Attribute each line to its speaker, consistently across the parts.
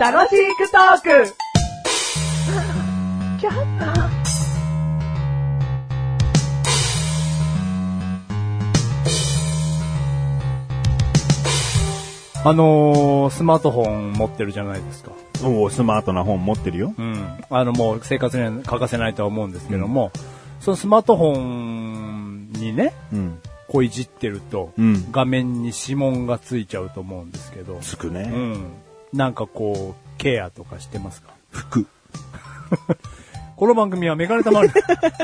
Speaker 1: 楽しくトーク
Speaker 2: あのー、スマートフォン持ってるじゃないですか。
Speaker 3: おお、スマートな本持ってるよ。
Speaker 2: うん。あの、もう生活には欠かせないとは思うんですけども、そのスマートフォンにね、
Speaker 3: うん。
Speaker 2: こういじってると、
Speaker 3: うん
Speaker 2: 画面に指紋がついちゃうと思うんですけど、
Speaker 3: つく
Speaker 2: う
Speaker 3: ね。
Speaker 2: ん。なんかこう、ケアとかしてますか
Speaker 3: 服。
Speaker 2: この番組はメガネたまる。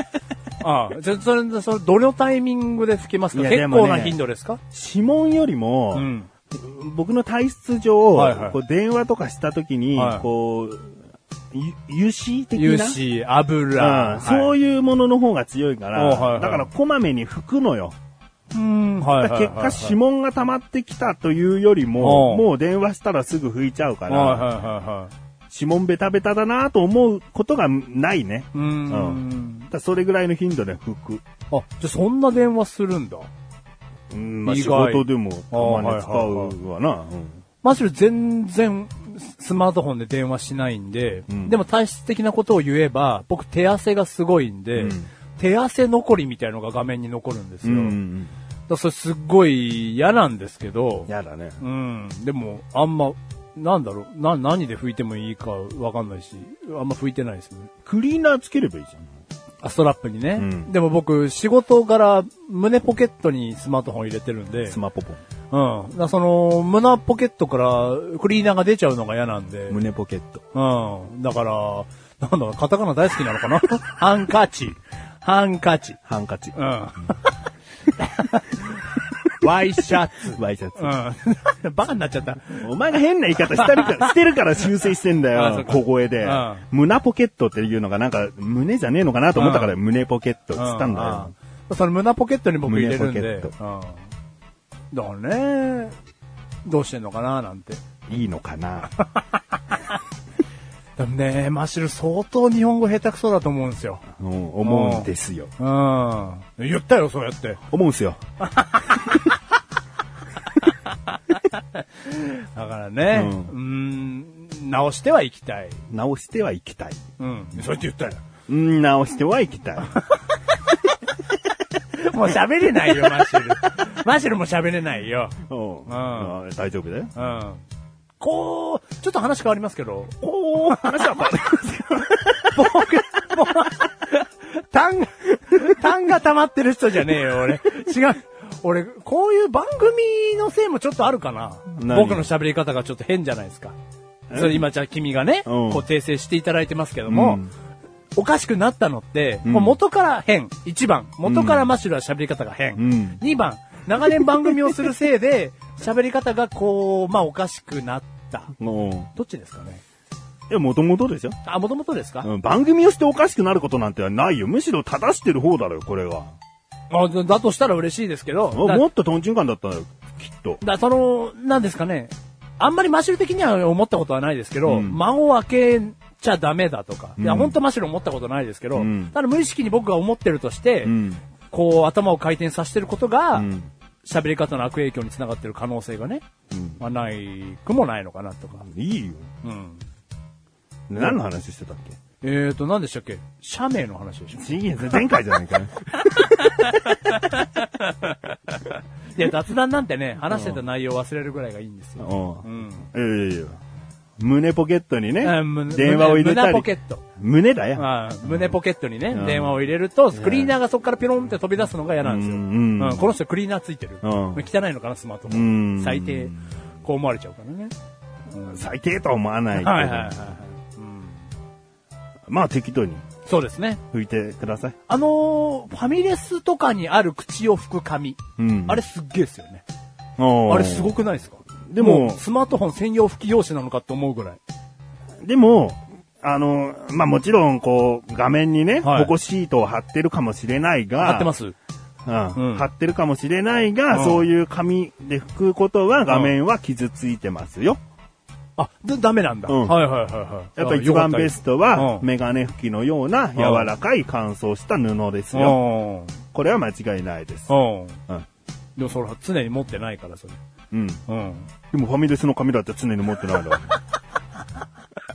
Speaker 2: ああ、じゃ、それ、それ、どのタイミングで吹きますか、
Speaker 3: いや
Speaker 2: 結
Speaker 3: でもね
Speaker 2: 構な頻度ですか
Speaker 3: 指紋よりも、
Speaker 2: うん。
Speaker 3: 僕の体質上、
Speaker 2: はいはい
Speaker 3: こう電話とかした時に、
Speaker 2: はい
Speaker 3: こう、ゆ油脂的
Speaker 2: 油
Speaker 3: な。
Speaker 2: 脂、
Speaker 3: うん
Speaker 2: 油、
Speaker 3: そう
Speaker 2: いう、
Speaker 3: いうものの方が強いから、
Speaker 2: おはいはい
Speaker 3: だからこまめに拭くのよ。
Speaker 2: うん、はい
Speaker 3: だ
Speaker 2: はい
Speaker 3: か
Speaker 2: は
Speaker 3: ら
Speaker 2: いはい。
Speaker 3: 結果指紋が溜まってきたというよりも、
Speaker 2: おう
Speaker 3: もう電話したらすぐ拭いちゃうから、
Speaker 2: はいはいはいはい。
Speaker 3: 指紋ベタベタだなと思うことがないね。
Speaker 2: うーん
Speaker 3: だからそれぐらいの頻度で拭く。
Speaker 2: あ、じゃあそんな電話するんだ。
Speaker 3: うん、まあ
Speaker 2: 意
Speaker 3: 仕
Speaker 2: 外
Speaker 3: 事でも
Speaker 2: あー
Speaker 3: たまに使うわな。うん
Speaker 2: マシュル全然スマートフォンで電話しないんで、
Speaker 3: うん
Speaker 2: でも体質的なことを言えば、僕手汗がすごいんで、
Speaker 3: うん
Speaker 2: 手汗残りみたいのが画面に残るんです
Speaker 3: う
Speaker 2: よ。
Speaker 3: ん
Speaker 2: だ
Speaker 3: う
Speaker 2: か
Speaker 3: ん。
Speaker 2: らそれすっごい嫌なんですけど、
Speaker 3: やだね。
Speaker 2: うん、でもあんま、なんだろう、な、何で拭いてもいいかわかんないし、あんま拭いてないですね。
Speaker 3: クリーナーつければいいじゃん。
Speaker 2: あ、ストラップにね。
Speaker 3: うん
Speaker 2: でも僕、仕事柄、胸ポケットにスマートフォン入れてるんで、
Speaker 3: スマポポン。
Speaker 2: うん。だからその、胸ポケットからクリーナーが出ちゃうのが嫌なんで。
Speaker 3: 胸ポケット。
Speaker 2: うん。だから、なんだろう、カタカナ大好きなのか なハンカチ。ハンカチ。
Speaker 3: ハンカチ
Speaker 2: う。ん。 ワイシャツ。
Speaker 3: ワイシャツ。
Speaker 2: うん。 バカになっちゃった。
Speaker 3: お前が変な言い方したる から、してるから修正してんだ
Speaker 2: あそっ
Speaker 3: よ。
Speaker 2: か
Speaker 3: 小声で
Speaker 2: うん。
Speaker 3: 胸ポケットっていうのがなんか、胸じゃねえのかなと思ったから、
Speaker 2: う
Speaker 3: 胸ポケットっつったんだ
Speaker 2: う
Speaker 3: よ。
Speaker 2: うんその胸ポケットに僕入れるんで。
Speaker 3: 胸ポケッ
Speaker 2: うん。だからね、どうしてんのかななんて。
Speaker 3: いいのかな
Speaker 2: でもね、マシル相当日本語下手くそだと思うんですよ。
Speaker 3: うん思うんですよ。
Speaker 2: うん。言ったよ、そうやって。
Speaker 3: 思うんすよ。
Speaker 2: だからね、うーん、直してはいきたい。
Speaker 3: 直してはいきたい。
Speaker 2: うん。そうやって言ったよ。
Speaker 3: うん、直してはいき たい。
Speaker 2: もう喋れない よ、マシル。マシルも喋れないよ。
Speaker 3: うん
Speaker 2: ん
Speaker 3: 大丈夫だよ。
Speaker 2: うん。こう、ちょっと話変わりますけど、
Speaker 3: おー、話は変わりますよ。
Speaker 2: 単が、単が溜まってる人じゃねえよ、俺。違う。俺、こういう番組のせいもちょっとあるかな。
Speaker 3: 何
Speaker 2: 僕の喋り方がちょっと変じゃないですか。それ今じゃあ君がね、
Speaker 3: うん
Speaker 2: こう訂正していただいてますけども、
Speaker 3: うん
Speaker 2: おかしくなったのって、
Speaker 3: ん
Speaker 2: もう元から変。1番、元からマシュルは喋り方が変。
Speaker 3: うん
Speaker 2: 2番、長年番組をするせいで、喋り方がこう、まあおかしくなった。
Speaker 3: も
Speaker 2: どっちですかね
Speaker 3: う、いや、もともとでしょ
Speaker 2: あ、もともとですか、
Speaker 3: うん番組をしておかしくなることなんてないよ。むしろ正してる方だろよ、これは。
Speaker 2: あだだとしたら嬉しいですけど、
Speaker 3: あ
Speaker 2: だ
Speaker 3: もっとトンチンカンだったよ、きっと。
Speaker 2: だその、なんですかね。あんまりマシュル的には思ったことはないですけど、
Speaker 3: うん
Speaker 2: 間を開けちゃダメだとか、いや、
Speaker 3: うん
Speaker 2: 本当マシュル思ったことないですけど、
Speaker 3: うん
Speaker 2: ただ無意識に僕が思ってるとして、
Speaker 3: うん。
Speaker 2: こう頭を回転させてることが
Speaker 3: う、ん
Speaker 2: 喋、り方の悪影響につながってる可能性がね、
Speaker 3: うん
Speaker 2: まあ、ないくもないのかなとか。
Speaker 3: いいよ。
Speaker 2: うん。
Speaker 3: 何の話してたっけ
Speaker 2: えーと、何でしたっけ社名の話で しょ
Speaker 3: 違え前回じゃないかな。
Speaker 2: いや、雑談なんてね、話してた内容忘れるぐらいがいいんですよ。
Speaker 3: う
Speaker 2: うん。
Speaker 3: ん。いやいやいや。胸ポケットにね
Speaker 2: あむ、
Speaker 3: 電話を入れた
Speaker 2: 胸ポ
Speaker 3: り
Speaker 2: ケ。ット。
Speaker 3: 胸だよ。
Speaker 2: ああ胸ポケットにね、
Speaker 3: ん
Speaker 2: 電話を入れると、スクリーナーがそこからピロンって飛び出すのが嫌なんですよ。
Speaker 3: うんうん
Speaker 2: この人クリーナーついてる。
Speaker 3: うん
Speaker 2: 汚いのかな、スマートフ
Speaker 3: う
Speaker 2: ォン。
Speaker 3: ん
Speaker 2: 最低。こう思われちゃうからね。
Speaker 3: 最低とは思わないけど。
Speaker 2: はいはいはいはい。うん
Speaker 3: まあ適当に
Speaker 2: そうですね。
Speaker 3: 拭いてください。
Speaker 2: あのーファミレスとかにある口を拭く紙。
Speaker 3: うん
Speaker 2: あれすっげえですよね。
Speaker 3: あ
Speaker 2: あれすご
Speaker 3: く。
Speaker 2: くないですか
Speaker 3: でも
Speaker 2: うスマートフォン専用拭き用紙なのかと思うぐらい。
Speaker 3: でも、あの、まあもちろん、こう、画面にね、
Speaker 2: はい
Speaker 3: 保護シートを貼ってるかもしれないが、
Speaker 2: 合ってます
Speaker 3: うん
Speaker 2: うん
Speaker 3: 貼ってるかもしれないが、
Speaker 2: うん
Speaker 3: そういう紙で拭くことは画面は傷ついてますよ。
Speaker 2: あ、でダメなんだ。
Speaker 3: うん
Speaker 2: はいはいはいはい。
Speaker 3: やっぱ
Speaker 2: あ
Speaker 3: 一番ベストは、
Speaker 2: うん
Speaker 3: メガネ拭きのような柔らかい乾燥した布です
Speaker 2: よ
Speaker 3: よ。
Speaker 2: かっ
Speaker 3: これは間違いないです。
Speaker 2: たですうん。うん。
Speaker 3: うん
Speaker 2: でもそれは常に持ってないから、それ。
Speaker 3: うん。
Speaker 2: うん。
Speaker 3: でもファミレスの紙だって常に持ってないだろ。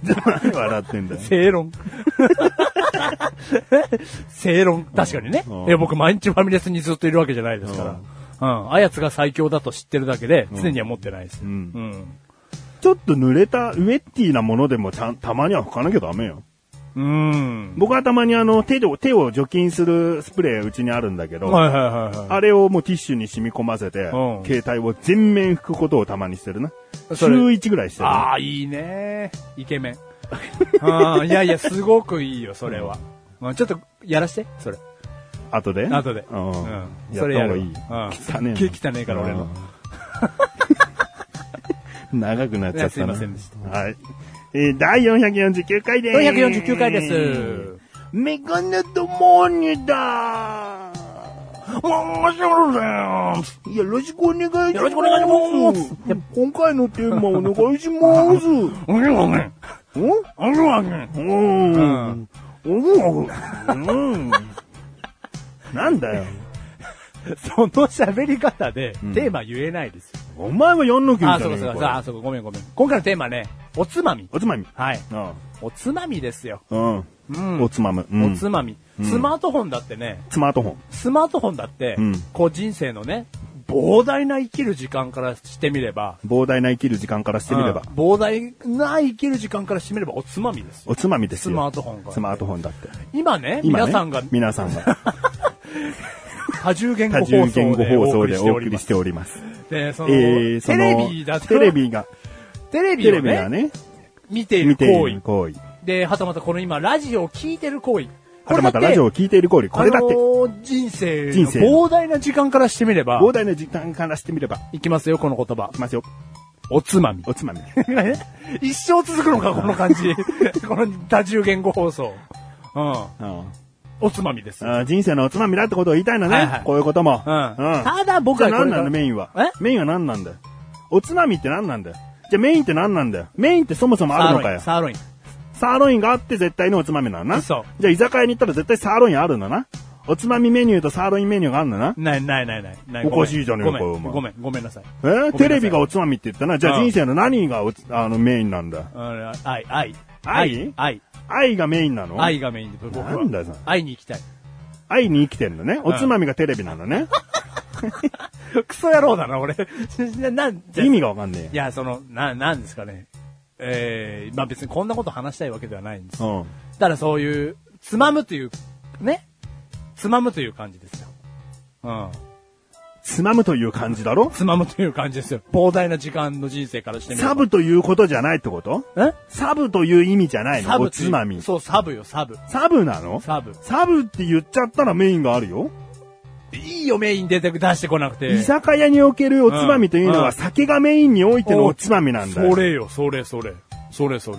Speaker 3: でも何 笑ってんだよ。
Speaker 2: 正論。 正論。確かにね
Speaker 3: うん。
Speaker 2: いや、僕毎日ファミレスにずっといるわけじゃないですから。うん。あやつが最強だと知ってるだけで、常には持ってないです。
Speaker 3: う
Speaker 2: うんん。
Speaker 3: ちょっと濡れたウェッティなものでもちゃん、たまには拭かなきゃダメよ。
Speaker 2: うん。
Speaker 3: 僕はたまにあの、手を、手を除菌するスプレーうちにあるんだけど、
Speaker 2: はいはいはいは
Speaker 3: あれをもうティッシュに染み込ませて、
Speaker 2: うん
Speaker 3: 携帯を全面拭くことをたまにしてるな。週
Speaker 2: それ
Speaker 3: 1ぐらいし
Speaker 2: い。
Speaker 3: てるな。
Speaker 2: ああ、いいね。イケメン。ああ、いやいや、すごくいいよ、それは。うんちょっと、やらして、それ。
Speaker 3: 後で
Speaker 2: 後で。
Speaker 3: うん。
Speaker 2: うん。
Speaker 3: や
Speaker 2: そ
Speaker 3: っ
Speaker 2: れ
Speaker 3: た
Speaker 2: や
Speaker 3: 方が
Speaker 2: るわ
Speaker 3: いい。
Speaker 2: うん。
Speaker 3: ね
Speaker 2: 汚ねえから、俺の。。
Speaker 3: うん 長くなっちゃったな。
Speaker 2: いやすいませんでした
Speaker 3: はい。えー第449回です。
Speaker 2: 449回です。
Speaker 3: メガネとモーニュだ
Speaker 2: 面白いです
Speaker 3: よろしくお願いします。
Speaker 2: よろしくお願いします
Speaker 3: 今回のテーマお願いします。
Speaker 2: 面白いね。
Speaker 3: ん
Speaker 2: 面白いね。
Speaker 3: うん。うん。うん。なんだよ。
Speaker 2: その喋り方で、テーマ言えないですよ。
Speaker 3: お前は4の9じ
Speaker 2: あ、
Speaker 3: ゃ
Speaker 2: そう
Speaker 3: ね
Speaker 2: か
Speaker 3: え
Speaker 2: そうか、
Speaker 3: か。
Speaker 2: あ、そうか、ごめんごめん。今回のテーマね、おつまみ。
Speaker 3: おつまみ。
Speaker 2: はい。
Speaker 3: あ
Speaker 2: おつまみですよ。
Speaker 3: あう
Speaker 2: うん
Speaker 3: ん。おつまむ。う
Speaker 2: お
Speaker 3: ん
Speaker 2: つまみ。スマートフォンだってね、
Speaker 3: スマートフォン。
Speaker 2: スマートフォンだって
Speaker 3: うん、
Speaker 2: こう人生のね、膨大な生きる時間からしてみれば、
Speaker 3: 膨大な生きる時間からしてみれば
Speaker 2: うん。膨大な生きる時間からしてみればおつまみですよ。
Speaker 3: おつまみですよ。
Speaker 2: スマートフォンが
Speaker 3: スマートフォンだって。
Speaker 2: 今ね、
Speaker 3: 今ね
Speaker 2: 皆さんが
Speaker 3: 皆さんが。
Speaker 2: 多重言語
Speaker 3: 多
Speaker 2: 放
Speaker 3: 重
Speaker 2: 送
Speaker 3: 言語
Speaker 2: でお
Speaker 3: 放
Speaker 2: 送
Speaker 3: 送
Speaker 2: り
Speaker 3: で
Speaker 2: して
Speaker 3: お
Speaker 2: お
Speaker 3: 送
Speaker 2: り
Speaker 3: り
Speaker 2: ま
Speaker 3: し
Speaker 2: す。
Speaker 3: ております。
Speaker 2: で、その、
Speaker 3: えー、そ
Speaker 2: テ
Speaker 3: の
Speaker 2: レビだと、
Speaker 3: テレビが、
Speaker 2: テレビ
Speaker 3: テ
Speaker 2: を
Speaker 3: レビが
Speaker 2: ね、
Speaker 3: ね、
Speaker 2: 見ている
Speaker 3: 見てい
Speaker 2: 行為
Speaker 3: る。行為。
Speaker 2: で、はたまたこの今、ラジオを聞いてる行為。
Speaker 3: はたまたラジオを
Speaker 2: こ
Speaker 3: 聞いている行為。こ
Speaker 2: れ
Speaker 3: れ
Speaker 2: だ
Speaker 3: だ
Speaker 2: っ、
Speaker 3: ってて
Speaker 2: あ、のー人生の
Speaker 3: 人生の
Speaker 2: 膨大な時間からしてみれば、
Speaker 3: 膨大な時間からしてみれば、
Speaker 2: いきますよ、この言葉
Speaker 3: い。きますよ。
Speaker 2: おつまみ。
Speaker 3: おつまみ。
Speaker 2: 一生続くのか、この感じ。この多重言語放送。うん。
Speaker 3: うん
Speaker 2: おつまみです。
Speaker 3: あー人生のおつまみだってことを言いたいのね。
Speaker 2: はいはい
Speaker 3: こういうことも。
Speaker 2: うんただ僕は
Speaker 3: じゃあ
Speaker 2: これか
Speaker 3: 何
Speaker 2: ら
Speaker 3: なのメインは。
Speaker 2: え
Speaker 3: メインは何なんだよ。おつまみって何なんだよ。じゃあメインって何なんだよ。メインってそもそもあるのかよ。サ
Speaker 2: サーロイン。サ
Speaker 3: ーロインがあって絶対のおつまみなのな。
Speaker 2: そう
Speaker 3: じゃあ居酒屋に行ったら絶対サーロインあるのな。おつまみメニューとサーロインメニューがあるのな
Speaker 2: ー。ロインないないないないない。
Speaker 3: おかしいじゃねえか
Speaker 2: ごめん
Speaker 3: お前
Speaker 2: ごめん、ごめんなさい。
Speaker 3: え
Speaker 2: めんなさい
Speaker 3: テレビがおつまみって言ったな。じゃあ
Speaker 2: うん
Speaker 3: 人生の何がおつあのメインなんだよ。
Speaker 2: うん愛、愛。
Speaker 3: 愛
Speaker 2: 愛。
Speaker 3: 愛がメインなの
Speaker 2: 愛がメインで、僕は。
Speaker 3: なんだよそれ
Speaker 2: 愛に行きたい。
Speaker 3: 愛に生きてんのね。おつまみがテレビなのね。
Speaker 2: クソ野郎だな、俺。 ななん、じゃあ
Speaker 3: 意味がわかんね
Speaker 2: いや、その、な、なんですかね。えー、まあ別にこんなこと話したいわけではないんです。
Speaker 3: えよ。うん。
Speaker 2: ただそういう、つまむという、ね。つまむという感じですよ。うん。
Speaker 3: つまむという感じだろ
Speaker 2: つまむという感じですよ。膨大な時間の人生からしてみれば。
Speaker 3: サブということじゃないってこと
Speaker 2: え
Speaker 3: サブという意味じゃない
Speaker 2: サ
Speaker 3: の
Speaker 2: ブ
Speaker 3: お
Speaker 2: っていう
Speaker 3: つまみ。
Speaker 2: そう、サブよ、サブ。
Speaker 3: サブなの
Speaker 2: サブ。
Speaker 3: サブって言っちゃったらメインがあるよ。
Speaker 2: いいよ、メイン出て、出してこなくて。
Speaker 3: 居酒屋におけるおつまみというの
Speaker 2: うんう
Speaker 3: は
Speaker 2: ん
Speaker 3: 酒がメインにおいてのおつまみなん
Speaker 2: そ
Speaker 3: だよ。
Speaker 2: れよ、それそれ。それそれ。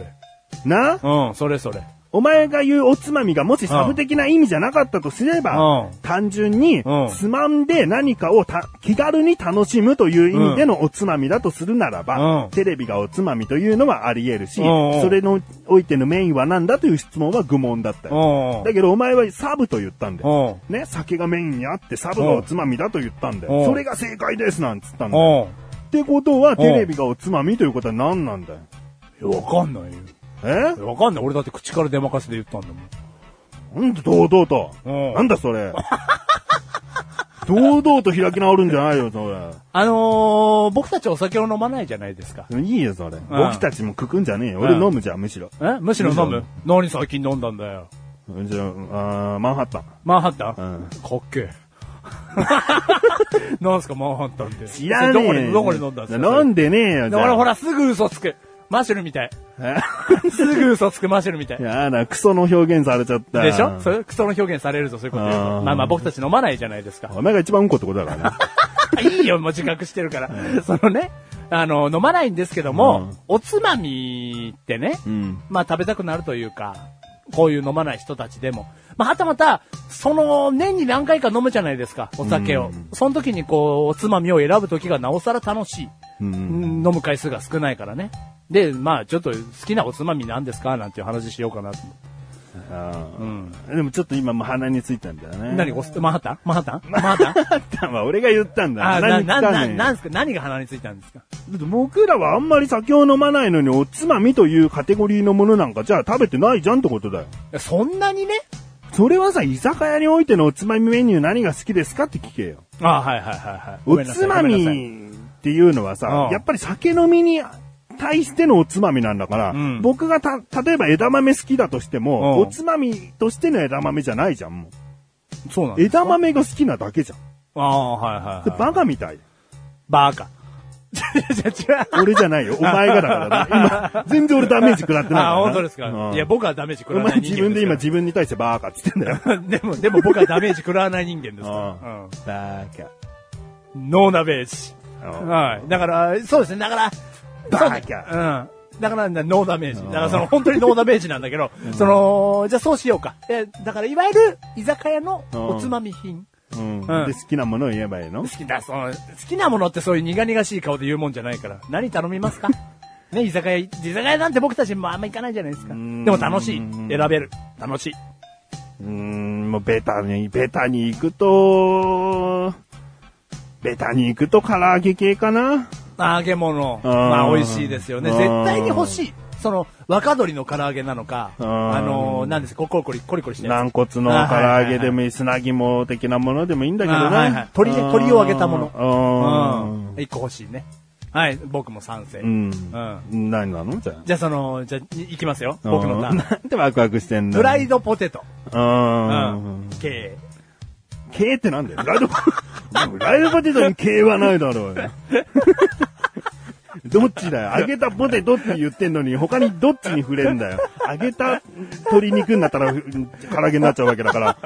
Speaker 3: な
Speaker 2: うん、それそれ。
Speaker 3: お前が言うおつまみがもしサブ的な意味じゃなかったとすれば
Speaker 2: うん、
Speaker 3: 単純に
Speaker 2: うん
Speaker 3: つまんで何かをた気軽に楽しむという意味でのおつまみだとするなら
Speaker 2: う
Speaker 3: ば
Speaker 2: ん、
Speaker 3: テレビがおつまみというのはあり得るし、
Speaker 2: うんうん
Speaker 3: それのおいてのメインは何だという質問は愚問だったよ。
Speaker 2: うん。
Speaker 3: だけどお前はサブと言ったんだよ。
Speaker 2: うん。
Speaker 3: ね、酒がメインにあってサブがおつまみだと言ったんだ
Speaker 2: う
Speaker 3: よ。
Speaker 2: ん
Speaker 3: それが正解ですなんつったんだよ。
Speaker 2: うん。
Speaker 3: ってことはテレビがおつまみということは何なんだよ。
Speaker 2: いやわかんないよ。
Speaker 3: え
Speaker 2: わかんない。俺だって口から出まかせで言ったんだもん。
Speaker 3: なんで堂々と。
Speaker 2: うん
Speaker 3: なんだ それ。堂々と開き直るんじゃないよ、そ
Speaker 2: あのー、僕たちお酒を飲まないじゃないですか。
Speaker 3: れ。いいよ、それ。僕たちもくくんじゃねえよ。俺
Speaker 2: うん
Speaker 3: 飲むじゃん、むしろ。
Speaker 2: えむしろ飲
Speaker 3: む
Speaker 2: む何最近飲んだんだよ。
Speaker 3: じゃあ、あーマンハッタン。
Speaker 2: マンハッタン
Speaker 3: うん
Speaker 2: かっけえ。 なんすか、マンハッタンって。
Speaker 3: 知らねえ
Speaker 2: どこで、どこで飲んだんですか
Speaker 3: 飲んでねえよ、
Speaker 2: だからほ
Speaker 3: ら。
Speaker 2: ら、すぐ嘘つく。マシュルみた い。
Speaker 3: え
Speaker 2: すぐ嘘つくマシュルみたい。
Speaker 3: やだ、クソの表現されちゃった。
Speaker 2: でしょそれ、クソの表現されるぞ、そういうこと言うと
Speaker 3: あー
Speaker 2: まあまあ僕たち飲まないじゃないですか。
Speaker 3: お前が一番うんこってことだからね。
Speaker 2: いいよ、もう自覚してるから。そのね、あの、飲まないんですけども、
Speaker 3: うん
Speaker 2: おつまみってね、
Speaker 3: うん
Speaker 2: まあ食べたくなるというか、こういう飲まない人たちでも。まあはたまた、その年に何回か飲むじゃないですか、お酒を。その時にこう、おつまみを選ぶ時がなおさら楽しい。
Speaker 3: うん
Speaker 2: 飲む回数が少ないからね。で、まあちょっと好きなおつまみなんですかなんていう話しようかなと思って。
Speaker 3: うあーでもちょっと今も鼻についたんだよね。
Speaker 2: 何こうマンハッタンマンハッタ ンマンハッタン
Speaker 3: た まあ俺が言ったんだ。
Speaker 2: あ、な、
Speaker 3: 鼻につ
Speaker 2: な、
Speaker 3: か
Speaker 2: な、
Speaker 3: ねえ
Speaker 2: なんすか何が鼻についたんですか
Speaker 3: だって僕らはあんまり酒を飲まないのに、おつまみというカテゴリーのものなんかじゃあ食べてないじゃんってことだよ。
Speaker 2: いやそんなにね
Speaker 3: それはさ、居酒屋においてのおつまみメニュー何が好きですかって聞けよ。
Speaker 2: あはいはいはいはい。ご
Speaker 3: お
Speaker 2: めんなさ
Speaker 3: つ
Speaker 2: い
Speaker 3: まみ
Speaker 2: ごめんなさい
Speaker 3: っていうのはさ
Speaker 2: う、ん
Speaker 3: やっぱり酒飲みに対してのおつまみなんだから、
Speaker 2: うん
Speaker 3: 僕がた、例えば枝豆好きだとしても、
Speaker 2: うん
Speaker 3: おつまみとしての枝豆じゃないじゃん、も
Speaker 2: そうなん
Speaker 3: う。
Speaker 2: ですか
Speaker 3: 枝豆が好きなだけじゃん。
Speaker 2: ああ、はいはい、
Speaker 3: で
Speaker 2: はい。
Speaker 3: バカみたい。
Speaker 2: バ カ。違う違う違う。
Speaker 3: 俺じゃないよ。お前が だからな。今、全然俺ダメージ食らってないからな。
Speaker 2: ああ、本当ですか。
Speaker 3: うん
Speaker 2: いや、僕はダメージ
Speaker 3: お
Speaker 2: 食らわな
Speaker 3: 前
Speaker 2: い
Speaker 3: 自
Speaker 2: 人間
Speaker 3: 分で今
Speaker 2: です
Speaker 3: 自分に対してバーカっつって んだよ。
Speaker 2: から。でも、でも僕はダメージ食らわない人間ですから。うん
Speaker 3: バー
Speaker 2: ノーナベージ。
Speaker 3: カ。
Speaker 2: はい。だから、そうですね。だから、
Speaker 3: バーカ。
Speaker 2: うん。だから、なノーダメージ。だから、その、本当にノーダメージなんだけど、その、じゃあそうしようか。え、だから、いわゆる、居酒屋のおつまみ品。
Speaker 3: うん
Speaker 2: うん
Speaker 3: で、好きなものを言えばいいの
Speaker 2: 好きだ、その、好きなものってそういう苦々しい顔で言うもんじゃないから。何頼み ますかね、居酒屋、居酒屋なんて僕たちもあんま行かないじゃないですか。で
Speaker 3: ん
Speaker 2: も楽しい。選べる。楽しい。
Speaker 3: うーん、もうベタに、ベタに行くと、ベタに行くと唐揚げ系かな
Speaker 2: 揚げ物。
Speaker 3: うん
Speaker 2: まあ、美味しいですよね。
Speaker 3: うん
Speaker 2: 絶対に欲しい。その、若鶏の唐揚げなのか、
Speaker 3: うん
Speaker 2: あの、なんですか、コリコリ、コリコリして
Speaker 3: 軟骨の唐揚げでもいい、砂肝的なものでもいいんだけど
Speaker 2: あはいは。
Speaker 3: ない
Speaker 2: 鳥ね鳥を揚げたも
Speaker 3: の
Speaker 2: うん。一個欲しいね。はい、僕も賛成。
Speaker 3: う
Speaker 2: うん。
Speaker 3: ん。うん。何なのじゃあ。
Speaker 2: じゃあ、その、じゃあ、いいきますよ。僕のタ
Speaker 3: うん
Speaker 2: ーン。
Speaker 3: なんでワクワクしてんの
Speaker 2: フライドポテト。
Speaker 3: う
Speaker 2: うんん。。系。
Speaker 3: 系ってなんだよ。フライドポテト。フライドポテトに系はないだろ うよ。どっちだよ。揚げたポテトって言ってんのに、他にどっちに触れんだよ。揚げた鶏肉になったら、ふ唐揚げになっちゃうわけだから、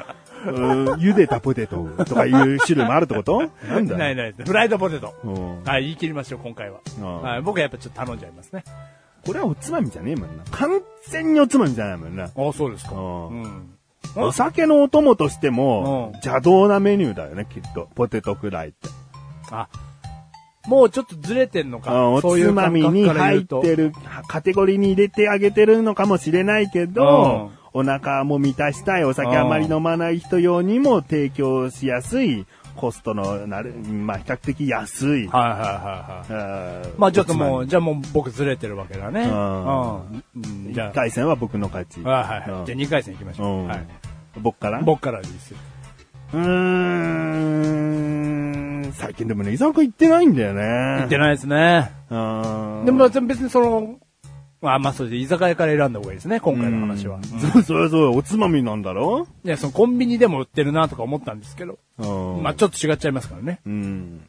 Speaker 3: うー茹でたポテトとかいう種類もあるってことなんだよ。
Speaker 2: ないない。フライドポテト。
Speaker 3: うん
Speaker 2: はい、言い切りましょう、今回は。
Speaker 3: うん
Speaker 2: はい、僕はやっぱちょっと頼んじゃいますね。
Speaker 3: これはおつまみじゃねえもんな。完全におつまみじゃないもんな。
Speaker 2: あそうですか。
Speaker 3: うん
Speaker 2: うん。うん
Speaker 3: お酒のお供としても
Speaker 2: うん、
Speaker 3: 邪道なメニューだよね、きっと。ポテトフライって。
Speaker 2: あ、もうちょっとずれてんのか。
Speaker 3: お
Speaker 2: そうい
Speaker 3: つ
Speaker 2: う
Speaker 3: ま
Speaker 2: 感
Speaker 3: み
Speaker 2: 覚
Speaker 3: に
Speaker 2: から
Speaker 3: 入
Speaker 2: 言
Speaker 3: っ
Speaker 2: うと
Speaker 3: てる、カテゴリーに入れてあげてるのかもしれないけど、お腹も満たしたい、お酒あまり飲まない人用にも提供しやすい、コストのなる、まあ比較的安い。
Speaker 2: はいはいはいはい。
Speaker 3: あー
Speaker 2: まあちょっとも
Speaker 3: お
Speaker 2: う、
Speaker 3: つ
Speaker 2: じゃあもう僕ずれてるわけだね。
Speaker 3: う
Speaker 2: うん。う
Speaker 3: ん
Speaker 2: ん
Speaker 3: まみ
Speaker 2: じゃ
Speaker 3: 一回戦は僕の勝ち。
Speaker 2: あ、はいはいは
Speaker 3: う
Speaker 2: い。
Speaker 3: ん
Speaker 2: じゃあ2回戦行きましょ
Speaker 3: う
Speaker 2: う。
Speaker 3: ん
Speaker 2: はい。
Speaker 3: 僕から
Speaker 2: 僕からでいいですよ。
Speaker 3: うーん、最近でもね、居酒屋行ってないんだよね。
Speaker 2: 行ってないですね。
Speaker 3: うん
Speaker 2: でも別にその、まあまあそうです居酒屋から選んだ方がいいですね、今回の話は。
Speaker 3: うんそうそうそう、おつまみなんだろ
Speaker 2: いや、そのコンビニでも売ってるなとか思ったんですけど、
Speaker 3: うん
Speaker 2: まあちょっと違っちゃいますからね。
Speaker 3: うん。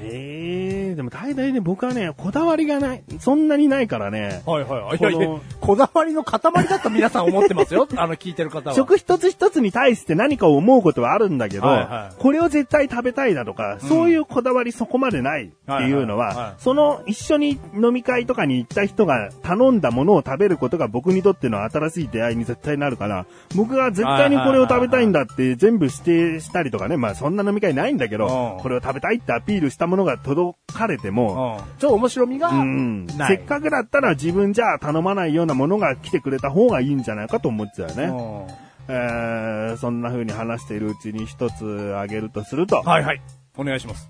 Speaker 3: ええでも大体ね、僕はね、こだわりがない。そんなにないからね。
Speaker 2: はいはい。い
Speaker 3: この
Speaker 2: やいや、こだわりの塊だと皆さん思ってます よ、あの聞いてる方は。
Speaker 3: 食一つ一つに対して何かを思うことはあるんだけど、
Speaker 2: はいはい
Speaker 3: これを絶対食べたいだとか、そういうこだわりそこまでないっていうのは、
Speaker 2: はいはいはい
Speaker 3: その一緒に飲み会とかに行った人が頼んだものを食べることが僕にとっての新しい出会いに絶対なるから、僕が絶対にこれを食べたいんだって全部指定したりとかね、まあそんな飲み会ないんだけど
Speaker 2: う、ん
Speaker 3: これを食べたいってアピールしたものが届かれて
Speaker 2: う
Speaker 3: も、
Speaker 2: ん。ちょっと面白みが
Speaker 3: うん
Speaker 2: ない。
Speaker 3: せっかくだったら自分じゃ頼まないようなものが来てくれた方がいいんじゃないかと思っちゃう
Speaker 2: う
Speaker 3: ね。
Speaker 2: ん
Speaker 3: えー、そんな風に話しているうちに一つあげるとすると、
Speaker 2: はいはい。お願いします。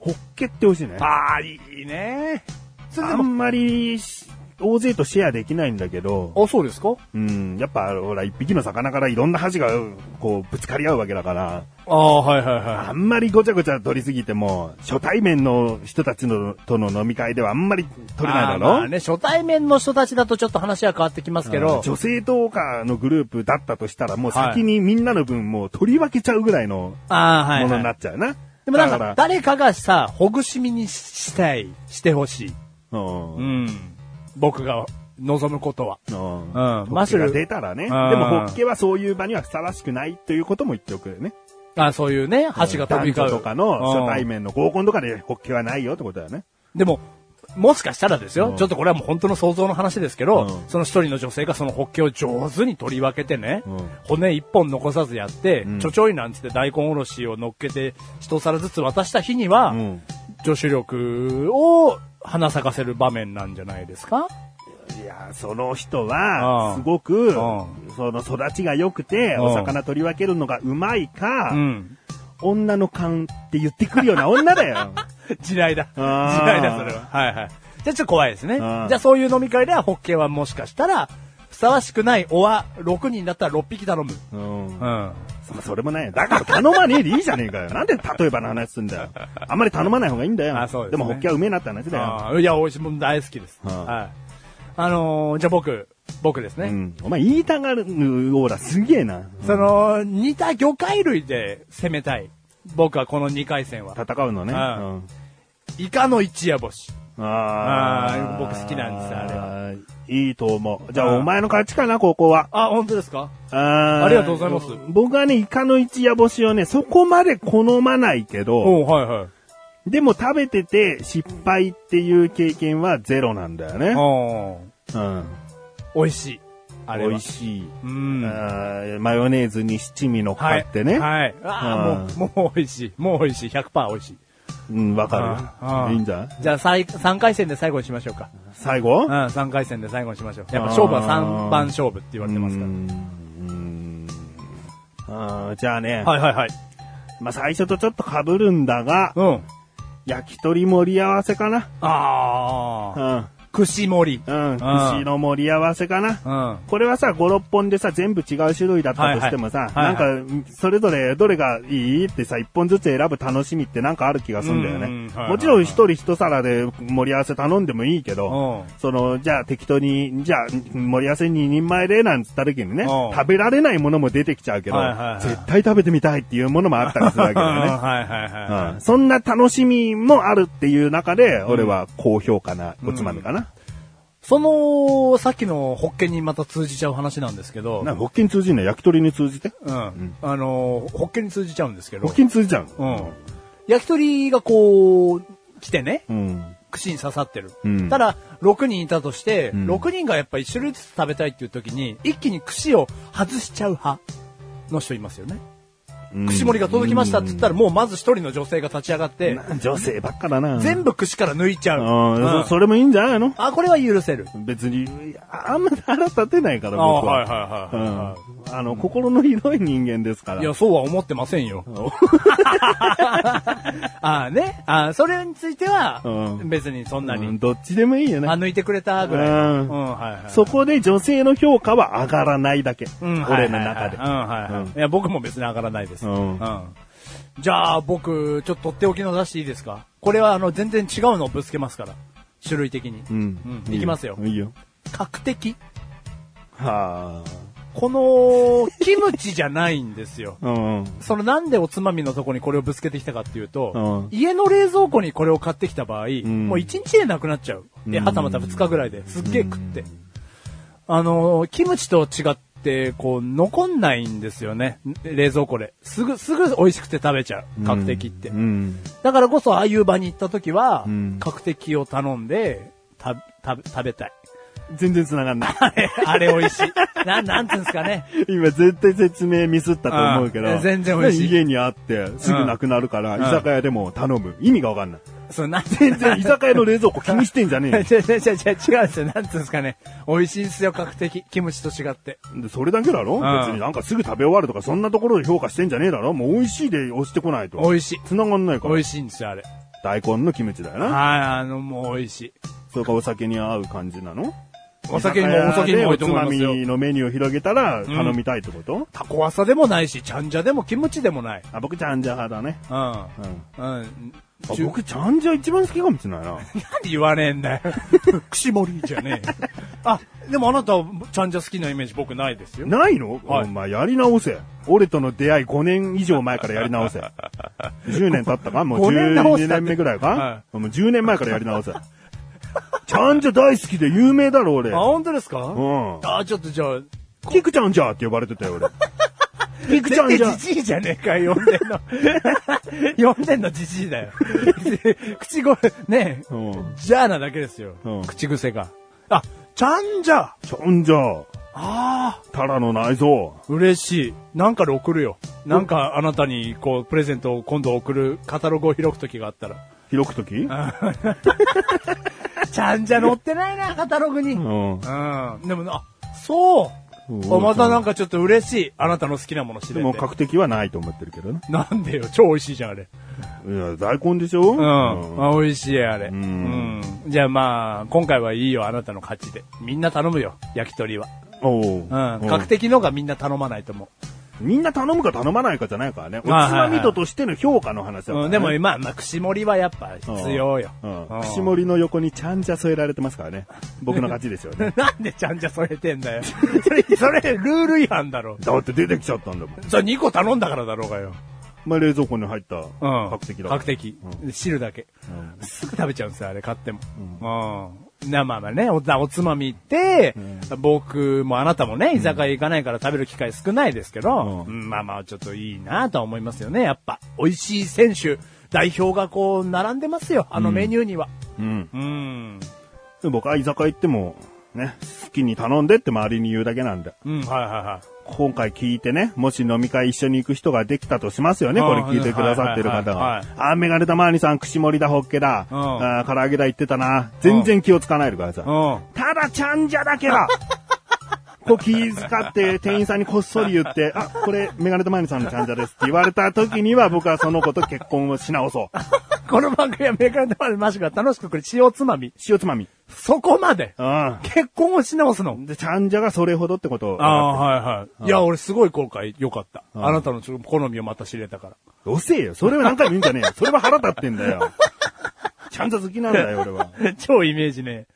Speaker 3: ホッケって美味しいね。
Speaker 2: ああ、いいね。それ
Speaker 3: あ
Speaker 2: でも、
Speaker 3: んまりし大勢とシェアできないんだけど、
Speaker 2: あ、そうですか
Speaker 3: うん、やっぱほら一匹の魚からいろんな箸がこうぶつかり合うわけだから、
Speaker 2: ああ、はいはいは
Speaker 3: あんまりごちゃごちゃ取りすぎても、初対面の人たちのとの飲み会ではあんまり
Speaker 2: い。
Speaker 3: 取れないだろ
Speaker 2: あーまあね、初対面の人たちだとちょっと話は変わってきますけ
Speaker 3: うん
Speaker 2: ど。
Speaker 3: 女性とかのグループだったとしたら、もう先にみんなの分もう取り分けちゃうぐらいの
Speaker 2: ああ、はい、
Speaker 3: もの
Speaker 2: は
Speaker 3: に
Speaker 2: い
Speaker 3: な。っちゃうな。
Speaker 2: でもなん
Speaker 3: だ
Speaker 2: か、
Speaker 3: ら
Speaker 2: 誰かがさ、ほぐし身にしたい、してほしい。
Speaker 3: うん
Speaker 2: う
Speaker 3: うん
Speaker 2: ん。僕が望むことは。うん
Speaker 3: マ
Speaker 2: マ
Speaker 3: シ
Speaker 2: シ
Speaker 3: ュ
Speaker 2: ュ
Speaker 3: が
Speaker 2: ル
Speaker 3: 出たらね。
Speaker 2: う
Speaker 3: で
Speaker 2: ん
Speaker 3: も、ホッケはそういう場にはふさわしくないということも言っておくよね。
Speaker 2: あそういうね、箸が飛び
Speaker 3: 男
Speaker 2: 交う。
Speaker 3: 女とかの初対
Speaker 2: 面。
Speaker 3: 面の合コンとかでホッケはないよってことだよね。
Speaker 2: でも、もしかしたらです
Speaker 3: う
Speaker 2: よ
Speaker 3: ん、
Speaker 2: ちょっとこれはもう本当の想像の話ですけど、
Speaker 3: うん
Speaker 2: その一人の女性がそのホッケを上手に取り分けてね、
Speaker 3: うん
Speaker 2: 骨一本残さずやって、
Speaker 3: うん
Speaker 2: ちょちょいなんつって大根おろしを乗っけて、一皿ずつ渡した日には、
Speaker 3: うん
Speaker 2: 女子力を花咲かせる場面なんじゃないですか
Speaker 3: いや、その人
Speaker 2: うん
Speaker 3: は、すごく、
Speaker 2: ん
Speaker 3: その育ちが良くて、
Speaker 2: うん
Speaker 3: お魚取り分けるのがうまいか、
Speaker 2: うん。
Speaker 3: 女の勘って言ってくるような女だ よ。
Speaker 2: 地雷だ。地
Speaker 3: あー
Speaker 2: 雷だ、それは。はいはい。じゃあちょっと怖いですね。じ
Speaker 3: うん
Speaker 2: ゃあそういう飲み会ではホッケーはもしかしたら、ふさわしくないおわ6人だったら6匹頼む。
Speaker 3: うん
Speaker 2: う。ん。
Speaker 3: そそれもないよ。だから頼まねえでいいじゃねえかよ。なんで例えばの話すんだよ。あんまり頼まない方がいいんだよ。
Speaker 2: あそうですね
Speaker 3: もホッケはうめえなって話だよ。
Speaker 2: あーいや、美味しいもん大好きです。
Speaker 3: うん
Speaker 2: はい。あのーじゃあ僕、僕です
Speaker 3: う
Speaker 2: ね。
Speaker 3: ん。お前言いたがるオーラすげえな。
Speaker 2: その、似た魚介類で攻めたい。僕はこの2回戦は。
Speaker 3: 戦うのね。
Speaker 2: う
Speaker 3: うんん
Speaker 2: イカの一夜干し。あ
Speaker 3: あ
Speaker 2: ー
Speaker 3: ー
Speaker 2: 僕好きなんですあれ
Speaker 3: は。いいと思う。じゃ
Speaker 2: う
Speaker 3: あ
Speaker 2: ん
Speaker 3: お前の勝ちかな、ここは。
Speaker 2: あ、本当ですか
Speaker 3: あー
Speaker 2: ありがとうございます
Speaker 3: 僕はね、イカの一夜干しをね、そこまで好まないけど、
Speaker 2: おはいはい。
Speaker 3: でも食べてて失敗っていう経験はゼロなんだよね。
Speaker 2: お
Speaker 3: うん。
Speaker 2: 美味しい。あれは。
Speaker 3: 美味しい。
Speaker 2: うん。
Speaker 3: あーマヨネーズに七味のっか
Speaker 2: はい。
Speaker 3: ってね。
Speaker 2: はい。ああ、もう、もう美味しい。もう美味しい。100%美味しい。
Speaker 3: うん、わ
Speaker 2: うん
Speaker 3: か
Speaker 2: う
Speaker 3: る。いいんじゃない
Speaker 2: じゃあ、さい3回戦で最後にしましょうか。
Speaker 3: 最後
Speaker 2: うん、3回戦で最後にしましょう。やっぱ勝負は3番勝負って言われてますか
Speaker 3: うーんうーんあーじゃあね、
Speaker 2: ら。はいはいはい。
Speaker 3: まあ最初とちょっと被るんだが、
Speaker 2: うん。
Speaker 3: 焼き鳥盛り合わせかな。
Speaker 2: あ
Speaker 3: う
Speaker 2: あ。
Speaker 3: ん。
Speaker 2: 串盛り。
Speaker 3: うん。
Speaker 2: うん
Speaker 3: 牛の盛り合わせかな。
Speaker 2: うん。
Speaker 3: これはさ、5、6本でさ、全部違う種類だったとしてもさ、
Speaker 2: はいはいはい
Speaker 3: なんか、それぞれどれがいいってさ、1本ずつ選ぶ楽しみってなんかある気がするんだよ
Speaker 2: うんうんはい
Speaker 3: ね
Speaker 2: はいは。い
Speaker 3: もちろん1人1皿で盛り合わせ頼んでもいいけど、
Speaker 2: う
Speaker 3: その、じゃあ適当に、じゃあ盛り合わせ2人前でなんつった時にね
Speaker 2: うん、
Speaker 3: 食べられないものも出てきちゃうけど、
Speaker 2: はいはいはい
Speaker 3: 絶対食べてみたいっていうものもあったりするわけだよね。
Speaker 2: はいはいは
Speaker 3: うんそんな楽しみもあるっていう中で、俺は高評価なおつまみかな。
Speaker 2: い。その、さっきのホッケにまた通じちゃう話なんですけど、
Speaker 3: なんか、保険通じんの焼き鳥に通じて
Speaker 2: うん。あのー、ホッケに通じちゃうんですけ
Speaker 3: 保
Speaker 2: ど、
Speaker 3: 険通じちゃう
Speaker 2: う
Speaker 3: の
Speaker 2: ん。焼き鳥がこう、来てね、
Speaker 3: うん。
Speaker 2: 串に刺さってる。
Speaker 3: うん
Speaker 2: ただ、6人いたとして、
Speaker 3: ん
Speaker 2: 6人がやっぱり1種類ずつ食べたいっていう時に、一気に串を外しちゃう派の人いますよね。串盛りが届きましたって言ったら、もうまず1人の女性が立ち上がって、
Speaker 3: な女性ばっかだな。
Speaker 2: 全部串から抜いちゃう。
Speaker 3: うん
Speaker 2: うん
Speaker 3: そそれもいいんじゃないの
Speaker 2: あ、これは許せる。
Speaker 3: 別に、あんまり腹立てないから、僕は。
Speaker 2: は
Speaker 3: うんあの、心の広い人間ですから。
Speaker 2: いや、そうは思ってませんよ。 ああね。あーそれについては
Speaker 3: う、ん
Speaker 2: 別にそんな
Speaker 3: うん
Speaker 2: に。
Speaker 3: どっちでもいいよ
Speaker 2: あ、
Speaker 3: ね。
Speaker 2: 抜いてくれたぐらいの。
Speaker 3: うん
Speaker 2: うん、はいはい。
Speaker 3: そこで女性の評価は上がらないだけ。
Speaker 2: うん、はい
Speaker 3: 俺の中で。
Speaker 2: はいはいうん、はいはい。いや、僕も別に上がらないです。
Speaker 3: うん
Speaker 2: じゃあ、僕、ちょっととっておきの出していいですかこれは、あの、全然違うのをぶつけますから。種類的に。
Speaker 3: うん。
Speaker 2: いきますよ。
Speaker 3: いいよ。
Speaker 2: 角的。
Speaker 3: は
Speaker 2: この、キムチじゃないんですよ。
Speaker 3: あ。うん。
Speaker 2: そのなんでおつまみのとこにこれをぶつけてきたかっていうと、
Speaker 3: う
Speaker 2: 家の冷蔵庫にこれを買ってきた場合、
Speaker 3: ん
Speaker 2: もう1日でなくなっちゃう。で、
Speaker 3: うん
Speaker 2: はたまた2日ぐらいですっげえ食って。あのー、キムチと違って、こう、残んないんですよね。冷蔵庫で。すぐ、すぐ美味しくて食べちゃう。角的って。
Speaker 3: うん。
Speaker 2: だからこそ、ああいう場に行った時は
Speaker 3: うん、
Speaker 2: 角的を頼んで、た、た、食べたい。
Speaker 3: 全然繋がんない。
Speaker 2: あれ、あれ美味しい。なん、なんつうんですかね。
Speaker 3: 今絶対説明ミスったと思うけ
Speaker 2: あ
Speaker 3: ど。
Speaker 2: あ全然美味しい
Speaker 3: 家にあって、すぐなくなるから、
Speaker 2: ん
Speaker 3: 居酒屋でも頼む。意味がわ かんない。
Speaker 2: そのなんて
Speaker 3: 全然居酒屋の冷蔵庫気にしてんじゃねえ
Speaker 2: 違う違う違う違う違うんですよ。なんつうんですかね。美味しいんですよ、格的。キムチと違って。
Speaker 3: よ。でそれだけだろ
Speaker 2: ん
Speaker 3: 別になんかすぐ食べ終わるとか、そんなところで評価してんじゃねえだろもう美味しいで押してこないと。
Speaker 2: 美味しい。
Speaker 3: 繋がんないか
Speaker 2: 美
Speaker 3: ら。
Speaker 2: 味しいんですよ、あれ。はい、
Speaker 3: 大根のキムチだよな。
Speaker 2: あの、もう美味しい。
Speaker 3: それかお酒に合う感じなの
Speaker 2: お酒にも、お酒にも多いと思います
Speaker 3: おつまみ
Speaker 2: よ。
Speaker 3: のメニューを広げたら頼みたいってこと、
Speaker 2: タコワサでもないし、ちゃんじゃでもキムチでもない。
Speaker 3: あ、僕ちゃんじゃ派だね。
Speaker 2: うん。
Speaker 3: うん。
Speaker 2: うん。
Speaker 3: あ
Speaker 2: ちゅ
Speaker 3: 僕ちゃんじゃ一番好きかもしれないな。
Speaker 2: なんで言わねえんだよ。 串盛りじゃねえよ。あ、でもあなた、ちゃんじゃ好きなイメージ僕ないですよ。
Speaker 3: ないの、
Speaker 2: はい
Speaker 3: お前やり直せ。俺との出会い5年以上前からやり直せ。10年経ったかもう
Speaker 2: 5年直した
Speaker 3: 12
Speaker 2: って
Speaker 3: 年目ぐらいか、
Speaker 2: は
Speaker 3: もう10年前からやり直せ。ちゃんじゃ大好きで有名だろ、俺。
Speaker 2: あ、本当ですか
Speaker 3: うん。
Speaker 2: あ、ちょっとじゃあ、
Speaker 3: キクちゃんじゃって呼ばれてた よ、俺。キクちゃん
Speaker 2: 絶
Speaker 3: じ
Speaker 2: 対
Speaker 3: ゃ。
Speaker 2: じじいじゃねえかよ、呼んでん の。呼んでんのじじいだよ。口ご、ねえ、
Speaker 3: うん
Speaker 2: じゃあなだけですよ。
Speaker 3: うん
Speaker 2: 口癖が。あ、ちゃんじゃあ
Speaker 3: ちゃんじゃ。
Speaker 2: あ
Speaker 3: タラの内臓。
Speaker 2: ー、嬉しい。なんかで送るよ。なんかあなたに、こう、プレゼントを今度送るカタログを開く時があったら。
Speaker 3: 開くときうん。
Speaker 2: ちゃんじゃ載ってないな、カタログに。うん。
Speaker 3: で
Speaker 2: でも、あ、そう
Speaker 3: うん
Speaker 2: あまたなんかちょっと嬉しい。あなたの好きなもの知れて。
Speaker 3: も、確定はないと思ってるけどね。
Speaker 2: なんでよ、超美味しいじゃん、あれ。
Speaker 3: いや、大根でしょ
Speaker 2: うん。あ美味しい、あれ。うんん。じゃあまあ、今回はいいよ、あなたの勝ちで。みんな頼むよ、焼き鳥は。
Speaker 3: お
Speaker 2: うん。
Speaker 3: う
Speaker 2: 確定のがみんな頼まないと思
Speaker 3: みんな頼むか頼まないかじゃないからね。おつ
Speaker 2: まあ
Speaker 3: まみととしての評価の話だ
Speaker 2: う。
Speaker 3: からね
Speaker 2: うん。でも、まあ、まあ、串盛りはやっぱ必要よ。
Speaker 3: うん
Speaker 2: うん。
Speaker 3: 串盛りの横にちゃんじゃ添えられてますからね。僕の勝ちですよね
Speaker 2: なんでちゃんじゃ添えてんだよ。それ、それ、ルール違反だろ。
Speaker 3: だって出てきちゃったんだもん。
Speaker 2: それ2個頼んだからだろうがよ。
Speaker 3: まあ、冷蔵庫に入った
Speaker 2: うん。
Speaker 3: 確定だ。
Speaker 2: 確定汁だけ。
Speaker 3: う
Speaker 2: すぐ食べちゃうんですよ、あれ買っても。うん。なまあまあね、おおつまみ行って、僕もあなたもね、居酒屋行かないから食べる機会少ないですけど、
Speaker 3: う
Speaker 2: うんまあまあちょっといいなとは思いますよね。やっぱ、美味しい選手、代表がこう、並んでますよ、あのメニューには。
Speaker 3: うん。
Speaker 2: うん。
Speaker 3: で僕は居酒屋行っても、ね、好きに頼んでって周りに言うだけなんで。
Speaker 2: うん、はいはいはい。
Speaker 3: 今回聞いてね、もし飲み会一緒に行く人ができたとしますよね、
Speaker 2: うん
Speaker 3: これ聞いてくださってる方
Speaker 2: はいはいは
Speaker 3: が
Speaker 2: い。
Speaker 3: あー、メガネたまわりさん、串盛りだ、ホッケだ、
Speaker 2: うん
Speaker 3: あー唐揚げだ言ってたな。全然気をつかないでください。
Speaker 2: うん。
Speaker 3: ただちゃんじゃだ けは、こう気遣って店員さんにこっそり言って、あ、これメガネとマニさんのちゃんじゃですって言われた時には僕はその子と結婚をし直そう。
Speaker 2: この番組はメーカーでまでマシュが楽しくくれ、塩つまみ。
Speaker 3: 塩つまみ。
Speaker 2: そこまで。
Speaker 3: う
Speaker 2: 結婚をし直すの
Speaker 3: ん。。で、ちゃんじゃがそれほどってことを。
Speaker 2: ああ、はいはい。いや、俺すごい後悔、良かった。
Speaker 3: ん
Speaker 2: あなたのちょ好みをまた知れたから。
Speaker 3: 遅えよ。それは何回も言うんじゃねえよ。それは腹立ってんだよ。ちゃんじゃ好きなんだよ、俺は。
Speaker 2: 超イメージね。